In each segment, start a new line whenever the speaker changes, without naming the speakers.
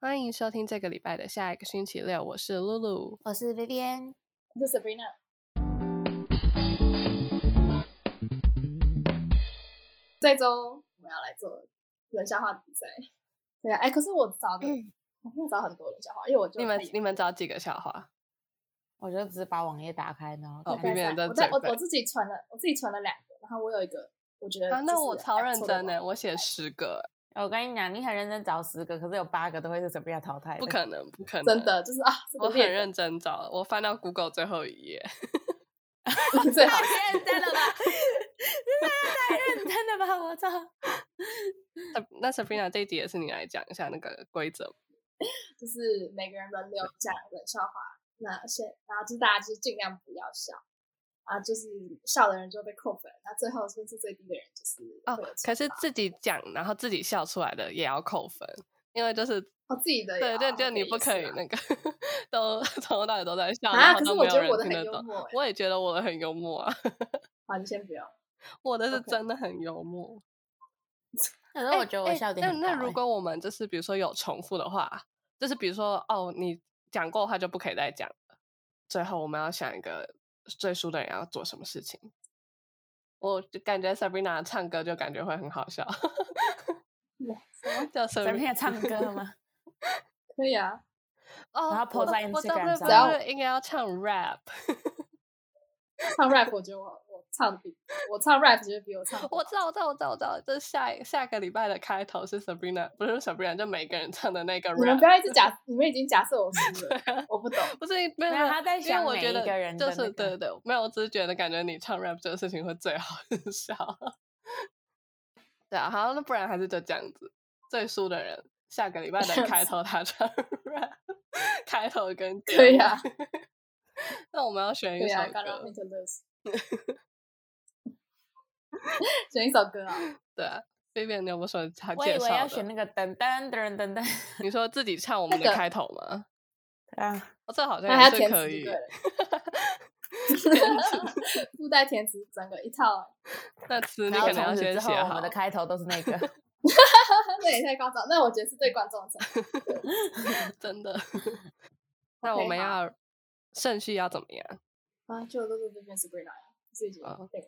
欢迎收听这个礼拜的下一个星期六，我是露露。
我是 Vivian，
就 Sabrina，这周我们要来做冷笑话比赛。对啊，哎、可是我找的，我没有找很多冷笑话，因为我就
你们
自己
你们找几个笑话？
我就只把网页打开，然后
哦
大
看
概
避免
三
在
我在
准
我
备
我自己传了，我自己传了两个，然后我有一个，我觉得
啊，那
就是
我超
还不
认
错的
真呢，
话
我写十个，
呃我跟你讲，你很认真找十个，可是有八个都会是怎么样淘汰 的？
不可能，不可能，
真，的就是啊，这个
我很
猎人
认真找，我翻到 Google 最后一页，
最好。
太认真了吧？ 太认真了吧！我操！
那 Sabrina 这一集也是你来讲一下那个规则吗，
就是每个人轮流讲冷笑话，那先然后就是大家就是尽量不要笑啊，就是笑的人就会被扣分，那最后分数最低的人就是
哦
会有惩，
可是
罚
自己讲然后自己笑出来的也要扣分，因为就是
哦自己的
对，就就你不可以
那
那个都从头到尾都在笑，然
啊，
后
可是
都
我
没
觉
有
得我
人
的
听得
很幽
懂。
默欸，
我也觉得我的很幽默啊，
好，你先不要，
我的是
OK
真的很幽默。
可是我
欸
觉得我
欸
笑点
那
很高
那
欸、
如果我们就是比如说有重复的话，就是比如说哦，你讲过的话就不可以再讲了。最后我们要想一个最输的人要做什么事情。我就感觉 Sabrina 唱歌就感觉会很好 笑，叫
咱们
Sabrina
要唱歌吗？
可以啊，
哦，
然后 po
我
在
我
Instagram
我
上
不要应该要唱 rap，
唱 rap 我觉得我我唱比我唱 rap 觉得比我唱得
我
好
知道，我知道，我知道，我知道，这下一下个礼拜的开头是 Sabrina，不是 Sabrina，就每个人唱的那个
你们
rap，
不。要一直假，你们已经假设我输了 我不懂。
不是 没有
没
没
有
有，
他在
因为
想
我
每
觉
一
得
个人
就
的
是
那
对对
个
对，没有，我只是觉得感觉你唱 rap 这个事情会最好 笑。对啊，好，那不然还是就这样子，最输的人下个礼拜的开头他唱 rap，开头跟结
对
尾
呀
那我们要选一
对
首
啊，
歌，
刚刚那个 lose，选一首歌啊，
对啊。b a b y 你有没有说他
我以
介
为
绍
要
的？
选那个噔噔噔噔 噔。
你说自己唱我们
那
的
个
开头吗？
啊，
哦，这好像
那还要
也是
填
可
词
以
就对。 了。 附带填词整个一套，啊
那词你
然后
可能要啊
从此
先
之后，
写
我
好
们的。开头都是那个。
那也太高招。那我觉得是对观众的惩罚。
真 的。那我
OK，
们
好
要顺序要怎么样？
啊，就露露这边 Sabrina 呀，啊自己
哦
对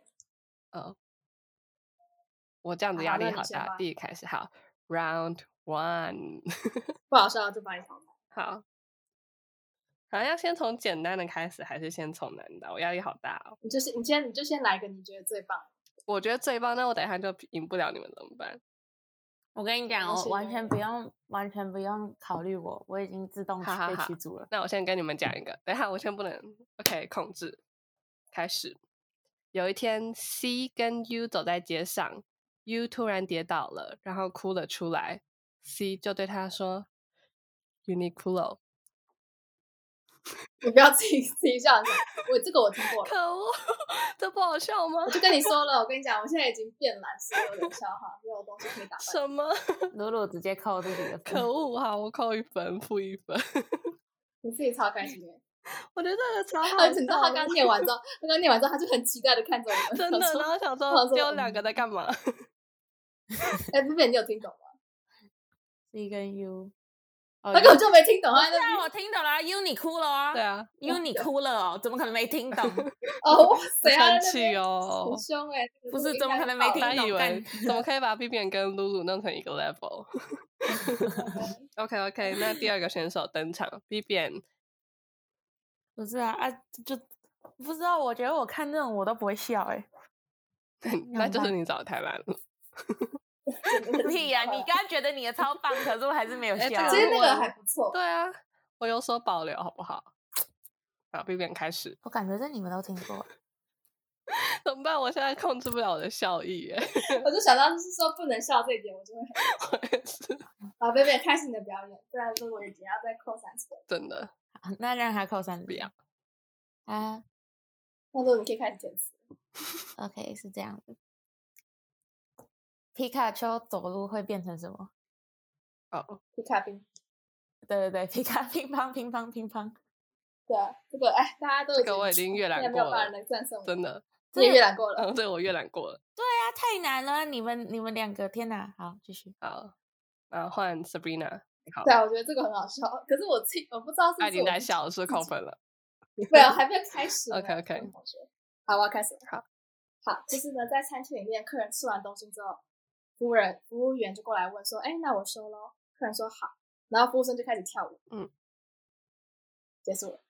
我这样子
好
压
那
力
你
好
先
大
吧。
第一开始好，Round One，
不好笑就把你淘汰。
好。好，要先从简单的开始，还是先从难的？我压力好大哦。
你就是你先你就先来一个你觉得最棒的，
我觉得最棒，那我等一下就赢不了你们怎么办？
我跟你讲，
恭
我
喜
完
你
全不用，完全不用考虑我，我已经自动
好好
被
好
驱逐了。
那我先跟你们讲一个，等一下我先不能，OK，控制，开始。有一天，C 跟 U 走在街上，U 突然跌倒了，然后哭了出来，C 就对他说：“Uniqlo。
你不要自己自己笑。我这个我听”过了，
可恶， 这不好笑吗
我？就跟你说了，我跟你讲，我现在已经变懒，所有的笑话没有东西可以打败。
什么？
露露直接扣自己的分
可。恶！好，我扣一分，负一分。
你自己超开心的。
我觉得这个超好
哦而且你知道他
笑
刚
的
念完之后，他刚念完之后，他就很期待的看着我们，
真
他
的，
说
然后想
他
说
说
丢两
嗯
个在干嘛？
哎，不是你有听懂吗？
C 跟 U，哦
那个我就没听懂啊，
对
那
啊，我听懂了啊，U 你哭了啊，
对啊，
，U 你哭了哦，怎么可能没 听懂？
哦，哇塞，他在
生
那
气
边
哦
很！凶哎，这个
不
这
是
个
怎么
应
可
该
能没
爆
听
了
他以
懂
为
干
怎么可以把 B B 跟露露弄成一个 level？OK 啊 OK，那第二个选手登场，B B N，
不是啊啊，就不知道，我觉得我看这种我都不会笑哎、
那
明
就是
白
你找的太烂了。
屁
啊
呀、 你刚刚觉得你的超棒，可是我还是没 有
哎
笑
这个
啊。
其实那
我
个还不错，
对啊，我有所保留，好不好？好，B B N 开始，
我感觉这你们都听过，
怎么办？我现在控制不了我的笑意耶，
我就想到就是说不能笑这一点，我就会很
我也是
好，贝贝开始你的表演，不然如果已经要再扣三分，
真的。
好那让他扣三
不要
秒啊。
那如果你可以开始填词，
OK，是这样的。皮卡丘走路会变成什么？
哦，
皮卡兵，
对对对，皮卡乒乓乒乓乒乓，
对啊，这个哎，大家都
这个
已经
我已经阅
现
览
在没
过
有办法
了，
能战胜我，
真的。
你也阅览过了，
嗯，这个我阅览过了。
那太难了，你们你们两个，天哪！好，继续。
好，然后换 Sabrina，好
对，啊，我觉得这个很好笑。可是我自己我不知道是不
他
是
已经
我
在
自己
笑了，是扣分了。
没有，还没有开始呢。
OK，OK
跟同学，好，我要开始了。
好，
好，就是呢，在餐厅里面，客人吃完东西之后，服务人服务员就过来问说：“哎，那我收喽。”客人说：“好。”然后服务生就开始跳舞。
嗯，
结束了。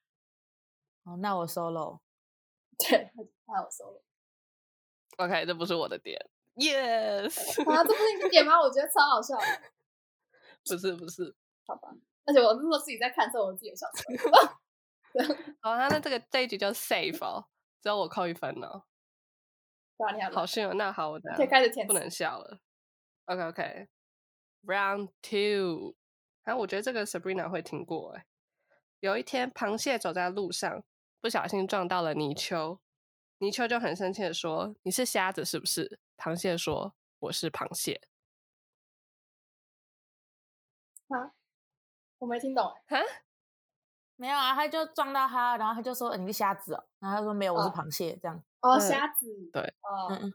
哦，那我 solo。
对，他就那我收了。
OK，这不是我的点。Yes，
啊，这不是你的点吗？我觉得超好笑的。
不是不是。
好吧，而且我是说自己在看的时候，我自己有笑出来。
好，那那这个这一局就 safe 哦，只有我扣一分哦。
对啊，你好吧，
好是哦，那好，我的
可以开始填
不
词
能笑了。OK OK。Round two，啊，我觉得这个 Sabrina 会听过哎。有一天，螃蟹走在路上，不小心撞到了泥鳅，泥鳅就很生气的说：“你是瞎子是不是？”螃蟹说：“我是螃蟹。
我没听懂哎。”
哈，
没有啊，他就撞到他，然后他就说：“呃你是瞎子哦。”然后他说：“没有，我是
哦
螃蟹。”这样。
哦，
嗯
瞎子。
对。
哦
嗯嗯，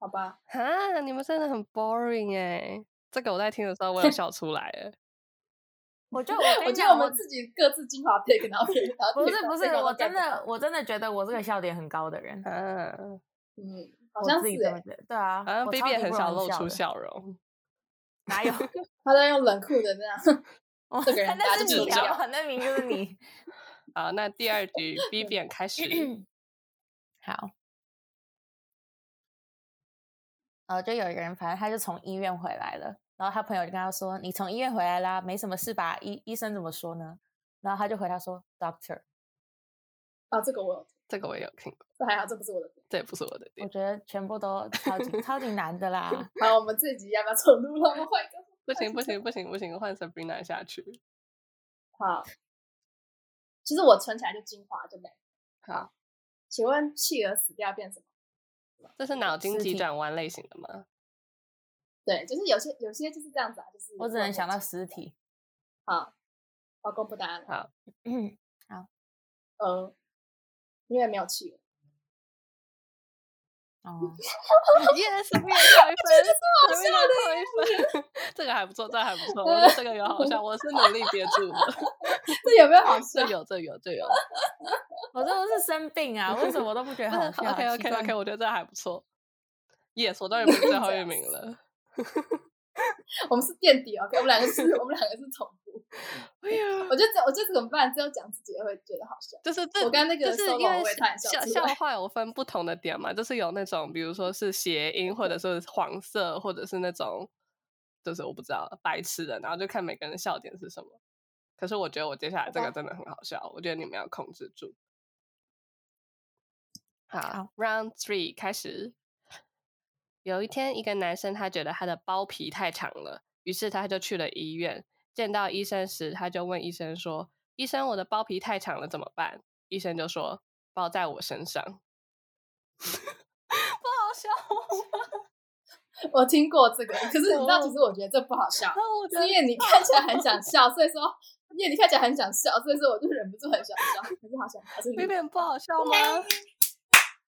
好吧，
哈，你们真的很 boring 哎、这个我在听的时候，我有笑出来哎。
我 就
我觉得我们自己各自精华 pick，然后 pick，然后
不
pick
是
到
不
这
是，
个
我
都 get
真
不到
的我真的觉得我是个笑点很高的人，
啊，
嗯，好
我
像
自
是
己这
哎、
么觉得。对啊，
好像
我
B
超
B 也
级
很
不
少
容易
露出
的，
笑容。
哪有？
他在用冷酷的那样。
我
这个人 大
那
家
是
就
你
知道
好不好？那明明就是你。
好，啊那第二局 B B 开 始。
好，呃，就有一个人，反正他就从医院回来了，然后他朋友就跟他说：“你从医院回来啦，没什么事吧？医医生怎么说呢？”然后他就回答说：“Doctor。
哦，这个我有，
这个我也有听过，
这还好，这不是我的。
这也不是我的”
我
点。
觉得全 部都超级超级难的啦。
好，我们自己要不要重录了？我们换一个。
不行不行不行不行，换 Sabrina 下去。
好，其实我存起来就精华，对不对？
好，
请问企鹅死掉变什么？
这是脑筋
尸
急
体
转弯类型的吗？
对，就是有些有些就是这样子啊，就是
我只能想到
死。
尸体。
好，我公布答案了。
好，
嗯，
呃，因为没有企鹅，
哦，
yes，Sabrina 扣一分
好笑
，Sabrina 扣一分。这个还不错，这个还不错，我觉得这个有好笑，我是努力憋住的。
这有没有好笑
这？有这有这有。
我真的是生病啊！为什么我都不觉得
不
好
是
笑
OK
奇
OK
怪
OK，我觉得这还不错。Yes，我当然不是最后一名了。
我们是垫底，OK，我们两个是，我们两个是重复。
哎呀，
我觉得这，我觉得怎么办？只有讲自己会觉得好笑。
就是这，
我刚那个
就是
solo
因为
我也差点笑
笑
出
笑
来
话有分不同的点嘛，就是有那种比如说是谐音，或者是黄色，或者是那种就是我不知道白痴的，然后就看每个人的笑点是什么。可是我觉得我接下来这
好
个
吧
真的很好笑，我觉得你们要控制住。好
好
r o u n d Three 开始。有一天，一个男生他觉得他的包皮太长了，于是他就去了医院。见到医生时，他就问医生说：“医生，我的包皮太长了，怎么办？”医生就说：“包在我身上。” 不好笑吗？
我听过这个，可是你知道，其实我觉得这不好笑。
啊我
是因为你看起来很想笑，所以说，因为你看起来很想笑，所以说我就忍不住很想笑，可是好想还是你
有点不好笑吗？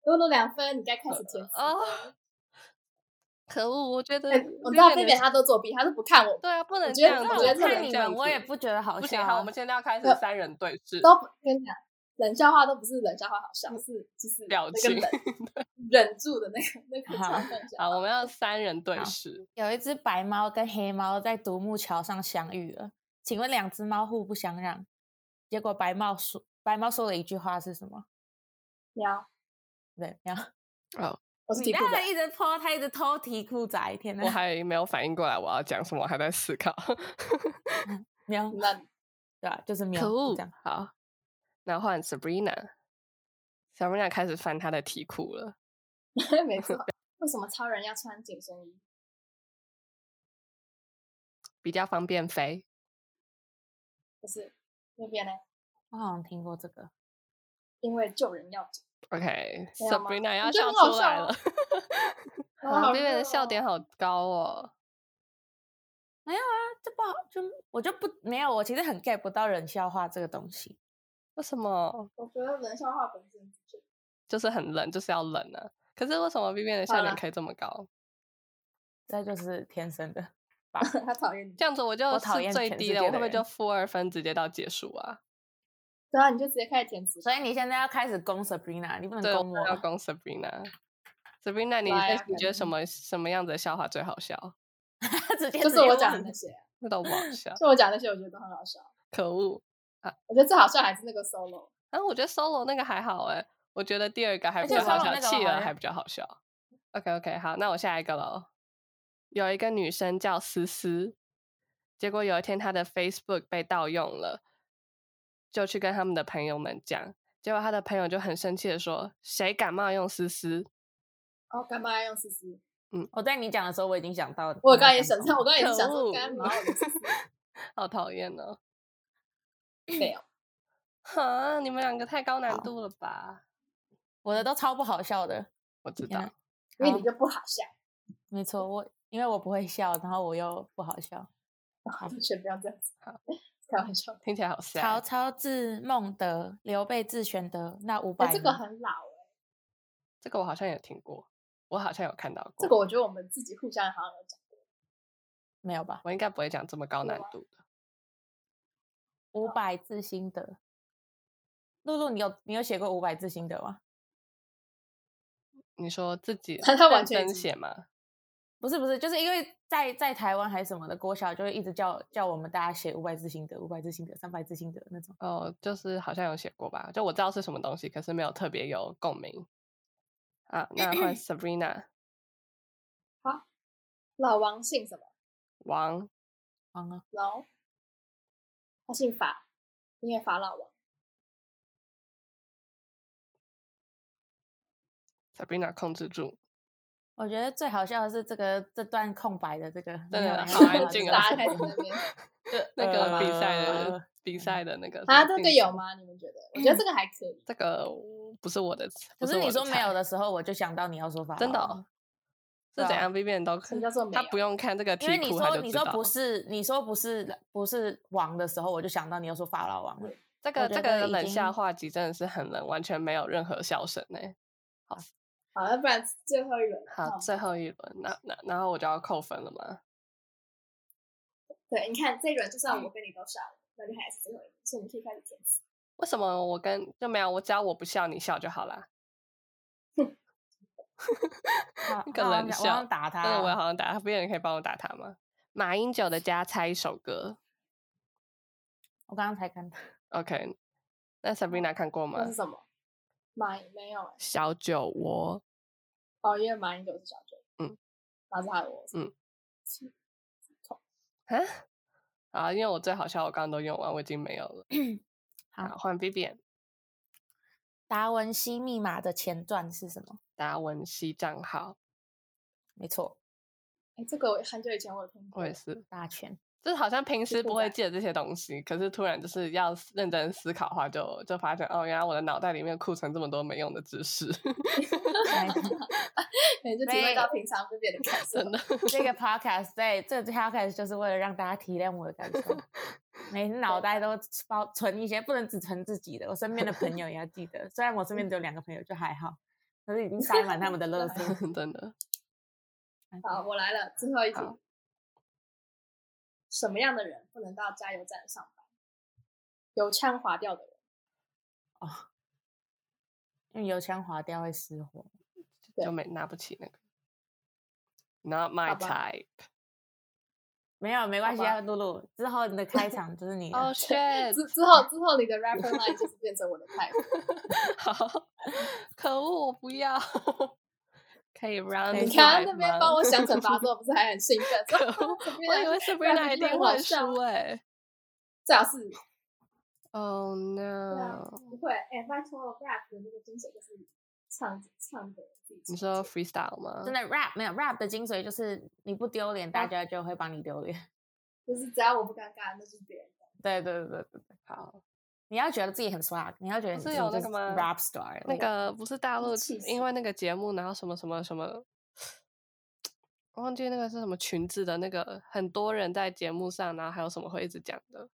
多录两分，你该开始填词。
啊、 可恶！我觉得
哎我知道
这
贝
个
贝
人
他都作弊，他都不看我，
对啊，不能
觉
这
得
样子，
我
那
觉
我
得这
不
个
看
能
你
这样
们，我也
子
不觉得好
不行。
笑啊。
好，我们现在要开始
呃
三人对视，
都不跟你讲，冷笑话都不是冷笑话好笑，是就是
嗯表
那个
情
忍忍住的那个那个
好
超搞笑。
好，我们要三人对
好
视。
有一只白猫跟黑猫在独木桥上相遇了，请问两只猫互不相让，结果白猫说白猫说的一句话是什么？
喵，
对，然后
哦，
我是
你
题库
那
的
个，一直泼，他一直偷题库仔，天哪！
我还没有反应过来我要讲什么，我还在思考。
喵，
那你
对吧、就是喵，
可
就
恶
这样。！
好，那换 Sabrina。Sabrina 开始翻她的题库了。
没错。为什么超人要穿紧身衣？
比较方便飞。
就是那边呢？
我好像听过这个，
因为救人要紧。没有吗
OK，Sabrina 要
我觉
笑
得很好
出来
笑啊
了，
哦好
哇，这边的
热
笑
哦
点好高哦。
没有啊，这不好，就我就不没有，我其实很 get 不到冷笑话这个东西。
为什么？
我觉得冷笑话本身就
就是很冷，就是要冷啊。可是为什么 Vivian 的笑
好
点
啦
可以这么高？
这就是天生的，吧？
他讨厌你，
这样子我就
我讨厌
是最
全
低
世
的，
界
我会
的
不会
人
就负二分直接到结束啊？
对啊，你就直接开始填词。
所以你现在要开始攻 Sabrina，你不能
对，
攻
我
我
要
了。
攻 Sabrina。Sabrina，你
来
在
啊
你觉得
来
什么什么样子的笑话最好笑？
直接
就是我讲的那些，
那 都不好笑，
就我讲的那些，我觉得都很好笑。
可恶！
我觉得最好笑还是那个 solo，
然后我觉得 solo 那个还好哎，我觉得第二个还
而
比
且
较好
solo
笑，
那个
企
好
鹅
像
还比较好笑。OK OK，好，那我下一个喽。有一个女生叫思思，结果有一天她的 Facebook 被盗用了，就去跟他们的朋友们讲，结果她的朋友就很生气的说：“谁敢冒用思思？
然哦后干嘛要用思思？
我在你讲的时候，我已经想到，
我刚才也想象，我刚才也是想
可恶
说干 嘛用思思？
好讨厌哦！
没有，
哈，你们两个太高难
好
度了吧？
我的都超不好笑的。
我知
天
道
哪。
因为你就不好笑，
没错，我因为我不会笑，然后我又不好笑。
完全不要这样子
好，
开玩笑。
听起来好吓
曹
人。
操自孟德，刘备自玄德，那五百
哎，
呢。
这个很老哎，
这个我好像有听过，我好像有看到过。
这个我觉得我们自己互相好像有讲过，
没有吧？
我应该不会讲这么高
有
难
啊
度的。
五百字心得。露露，你有你有写过五百字心得吗？
你说自己
他他完
认
全已
真
经
写吗？
不是不是，就是因为在在台湾还是什么的，国小就会一直叫叫我们大家写五百字心得、五百字心得、三百字心得那种。
哦，就是好像有写过吧，就我知道是什么东西，可是没有特别有共鸣。啊，那 换 Sabrina
老王姓什么？
王
王啊，
老，他姓法，因为法老王。
Sabrina 控制住，
我觉得最好笑的是这个这段空白的这个，
真
没有
的
人
好
要讲
安
话
静啊
的
大 家开始那边
那个比赛
呃
的比赛的那个
啊，
什么
这个
竞
有
赛？
吗？你们觉得？我觉得这个还可以。
这个不是我的，
可
不
是
我
你
的
说没
菜
有的时候，我就想到你要说法
真的
老
哦
王
是
对
怎
啊
样？Vivian 都
什
可
么叫做没
他
有
不用看这个题
因为你
库，他
说
就
你
知
说
道
不是，你说不是不是王的时候，我就想到你又说法老王了。
这个
觉
这
得
个
已
冷笑
经
话集真的是很冷，完全没有任何笑声欸呢、
好，要不然最后一轮。那
好，
我
最后一轮，那那然后我就要扣分了吗？
对，你看这一轮，就算我跟你都笑了，那就还是最后一轮，所以你可以开始填词。
为什么我跟就没有？我只要我不笑，你笑就好啦。
那
个冷
我
笑
要打他
真的，我也
了。
好像打他，别人可以帮我打他吗？啊马英九的家猜一首歌
我刚刚才看到，
，OK？那 Sabrina 看过
那
吗
是？什么？马英没有欸
小酒窝，
哦，因为马英九是小舅，
嗯，
然后是他的我，
嗯
是，
啊啊！因为我最好笑，我刚刚都用完，我已经没有 了。
好
换 Vivian。
达文西密码的前传是什么？
达文西账号，
没错，
哎，这个我很久以前我有听过
我，也是，
大全。
就是好像平
是
时
兔
不会
仔
记得这些东西，可是突然就是要思认真思考的话就，就发现哦，原来我的脑袋里面库存这么多没用的知识，
你哎就体会
没
到平常不变的感受。
真的。
这个 podcast 对，这个 podcast 就是为了让大家体谅我的 感受。每次脑袋都包存一些，不能只存自己的，我身边的朋友也要记得。虽然我身边只有两个朋友，就还好，可是已经塞满他们的乐 圾。
真的，
好，我来了，最后一题
好。
什么样的人不能到加油站上班？油腔滑调的人，
因为油腔滑调会失火。
对
就没拿不起那个。Not my
好吧
type。
没有，没关系
吧
啊，露露。之后你的 开场就是你的。
哦、shit！
之之后之后你的 rapper line 就是变成我的 type。
好，可恶，我不要。 可以 round
等
你
一
it
下
看
up
他那边
吗
帮我想惩罚之后，不是还很兴奋？
可
说
恶
怎 么
我
样
以为 Sabrina 一定
很
会
好笑
输哎、
最好是
Oh
对啊
no！
不会，哎、拜托，rap 的那个精髓就是唱唱的自己
你
唱
说
出
freestyle 吗？
真的 rap 没有 rap 的精髓就是你不丢脸，
哦
大家就会帮你丢脸。
就是只要我不尴尬，那就是别人的。
对对对对对，
好，
你要觉得自己很 swag，你要觉得
不
你
是
自己
哦有那个
就是
吗
rap star
那个不是大陆
哦气，死
因为那个节目，然后什么什么什么，我忘记那个是什么裙子的那个，很多人在节目上，然后还有什么会一直讲的。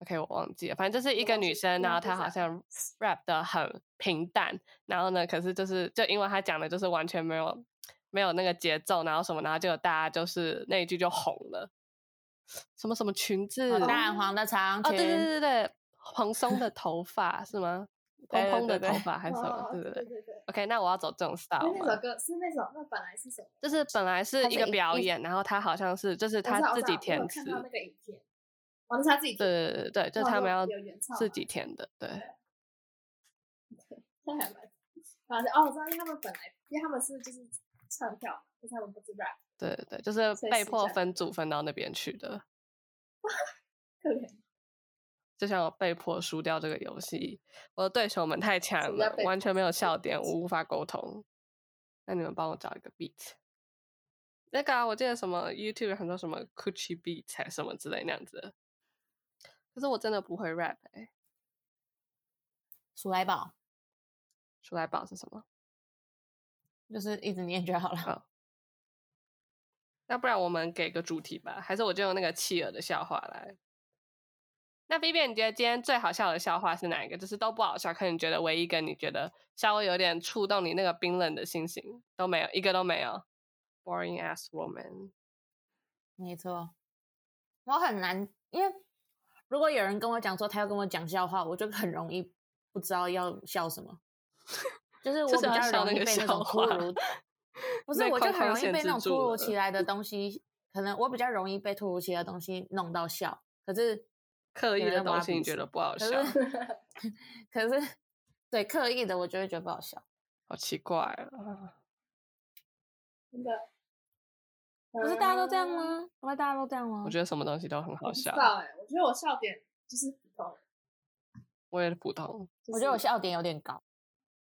OK，我忘记了，反正就是一
我
个
忘
女
记
生，然
嗯
后
就
她
是
好
啊
像 rap 的很平淡，然后呢，可是就是就因为她讲的就是完全没有没有那个节奏，然后什么，然后就大家就是那一句就红了，什么什么
啊
裙子，
好淡黄的长
哦，
裙，
对对对对，蓬松的头发是吗？蓬
对
蓬的
对
头
对
发还是什么？对对
对
对。
哦对对。
OK，那我要走这种 style
因为那
吗
首？歌是那首，那本来是什么？
就是本来是
它
一
是
个
一
表
一
演，然后他好像是就是
我知道
他
我
自
知
己
道我
填
有
词
看，到那个影片，哦，那是他自己填，
对对对对，就
哇
他
有
们要
有原唱
自
吗
己填的，对。
那还蛮，反正哦，我知道，因为他们本来，因为他们是就是唱跳嘛，就是他们不是 rap，
对对，就是
所以
被
是
迫
这样
分组分到那边去的，
可怜，
就像我被迫输掉这个游戏，我的对手们太强
么叫
了，
被
完
迫
全没有
输掉
笑
这个
点，
游
我
戏
无法沟通。那你们帮我找一个 beat，那个啊、我记得什么 YouTube 有很多什么 Gucci beat 还是什么之类那样子的，可是我真的不会 rap 哎、
鼠来宝
出来宝是什么？
就是一直念就好了。
那不然我们给个主题吧，还是我就用那个企鹅的笑话来。那 B B，你觉得今天最好笑的笑话是哪一个？就是都不好笑，可是你觉得唯一一个你觉得稍微有点触动你那个冰冷的心情都没有，一个都没有。Boring ass woman，
没错，我很难，因为如果有人跟我讲说他要跟我讲笑话，我就很容易不知道要笑 什么，就是
就
我
是要
比较
笑
容
那
易
个
被那
笑
种突
话
如，不
被
是，我就
框
很
框
容易
限
被
制
那种
住
突如
了
其来的东西，可能我比较容易被突如其来的东西弄到笑，可是
刻意
有
的
人挖
东西你
鼻
觉
子
得不好
可
笑，
是可是对刻意的，我就会觉得不好笑。
好奇怪啊！
真的。
不
可
是大家都这样？吗？不是大家都这样吗
啊我？觉得什么东西都很
我
好
不知
笑，
道哎、我觉得我笑点就是普通，
我也是普通，
就
我觉得我
是
笑点有点高，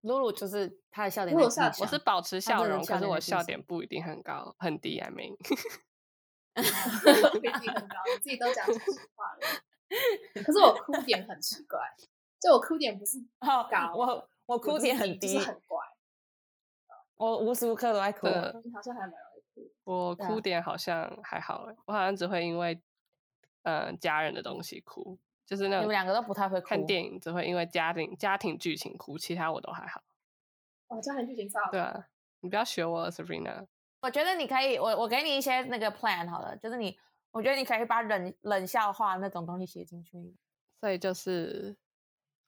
露露就是她的笑点
露
在
露
地
笑
我
上，
是保持
他
笑
真的
容，
笑
可是
得
我
很低
笑
沉
点不一定很高，很低，I mean。
比你很高，你自己都讲出实话了。可是我哭点很奇怪，就我哭点不是
哦
高
我我
我
哭
就是
点很
就
低
是，很怪，
我无时无刻都在哭。
对
你好像还蛮容易哭。
我
对
哭
啊
点好像还好欸，我好像只会因为呃家人的东西哭，就是那
你
种
们两个都不太会哭，
看电影只会因为家庭家庭剧情哭，其他我都还好。
哦，这样很剧情超好
对啊，你不要学我了，Sabrina。
我觉得你可以，我我给你一些那个 plan 好了，就是你，我觉得你可以把冷冷笑话那种东西写进去。
所以就是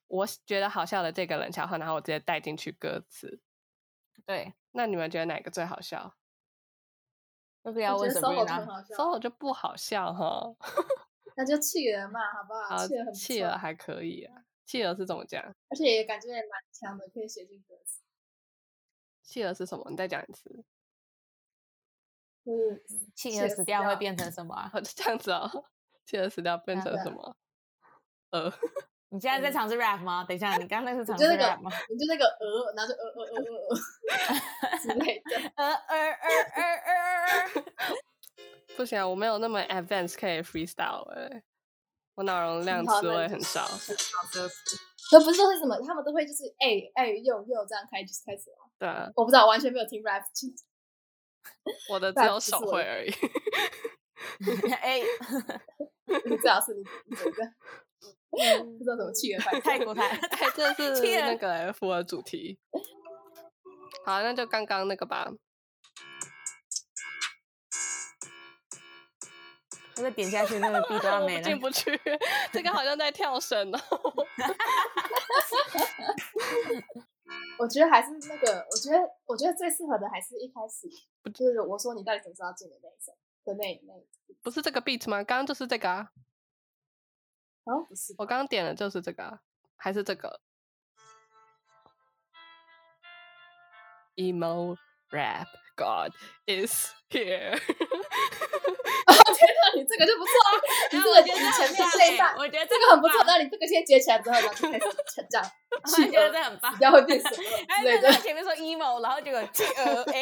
我觉得好笑的这个冷笑话，然后我直接带进去歌词。
对，
那你们觉得哪个最好笑
就不要
我
问
觉
什
得
么
SOHO 很
呢？
好笑，
？solo 就不好笑 哈，
那就气人嘛，好不好？
啊
气人很，不
企
错，
鹅还可以啊。企鹅是怎么讲？
而且也感觉也蛮强的，可以写进歌词。
企鹅是什么？你再讲一次。
就是
企
企
鹅
鹅
死
死
掉会
掉
变成什么 啊？
哦，就这样子哦。 企鹅死掉变
啊
成
对啊
什么？呃。
你现在在尝试 rap 吗？等一下，你刚刚那是尝
就
试
那个
rap 吗？
你就那个鹅，然后就鹅鹅鹅鹅鹅之类的。
呃呃呃呃呃呃，
不行、啊，我没有那么 advanced 可以 freestyle 哎、我脑容量
好
词
那
汇
你就
很 少。
可不是都是什么，他们都会就是哎哎又又这样开始开始玩
对啊，
我不知道，我完全没有听 rap，就
我的只
那
有
不是
手
我
绘
的
而已。
哎，
你最好是你你整个
呃
不知道怎么去的 反
泰国台，
哎， 这是
气
那
人
个欸符合主题。好，那就刚刚那个吧。
我再点下去那个 B 都要
我
没了
进。不去，这个好像在跳绳哦。
我觉得还是那个，我觉得我觉得最适合的还是一开始，就是我说你到底什么时候要进的那一首的那那一首
不是这个 beat 吗？刚刚就是这个啊，
好哦像不是吧，
我刚刚点的就是这个、啊，还是这个 emo rap god is here 。
我觉得哦你这个就不错 啊，你这
我
个
觉得
你前面
很
这一
棒欸
段
我觉得
这
这
个很 不错，那你这个先截起来之后，然后就开始成长，
我觉得这很棒
比。较会变什么
哎，
之
对
类
对，
的
他。前面说 emo，然后结果企鹅哎，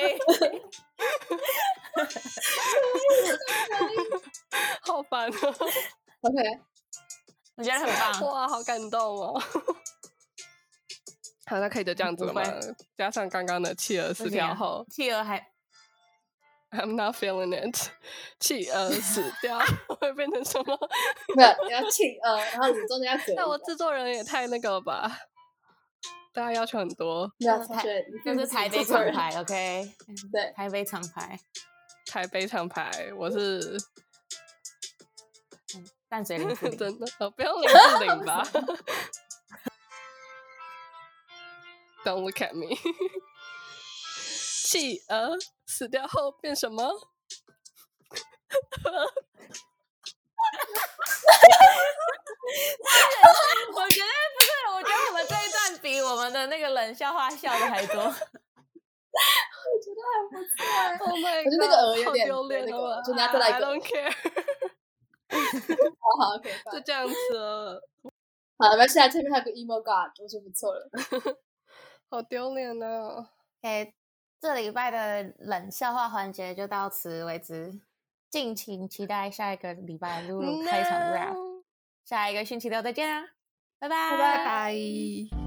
好烦哦！
OK，
我觉得很棒。
哇，好感动哦！ 好，那可以就这样子了
不
吗
会？
加上刚刚的企鹅死
不行
掉
啊
后
企 鹅还啊
，I'm not feeling it。企 鹅死 掉会变成什么？
没有你要气呃，然后你中间要隔一下。
那我制作人也太那个了吧？大家要求很多。
那
这是
同
台
学，你
这
并不
是台北
制作
厂
人，
牌，OK？
对，
台北厂牌，
台北厂牌，我是
淡水 林志玲
真的，呃不用林志玲吧？Don't look at me 。 企鹅死掉后变什么？
我觉得不是，我觉得我们这一段比我们的那个冷笑话笑的还多。
我觉得还不错 哎
Oh my
我觉得那
God，
个鹅有
好
点
丢
对
脸
那个
哦
就你要再来一
I
个
don't care，
好好，OK，
就
fine
这样子了，
好了，那现在前面还有个 emo god，我觉得不错了。
好丢脸哦呢。
OK，这礼拜的冷笑话环节就到此为止，敬请期待下一个礼拜露露开场 rap，
No
下一个星期六再见啊，拜拜
拜拜。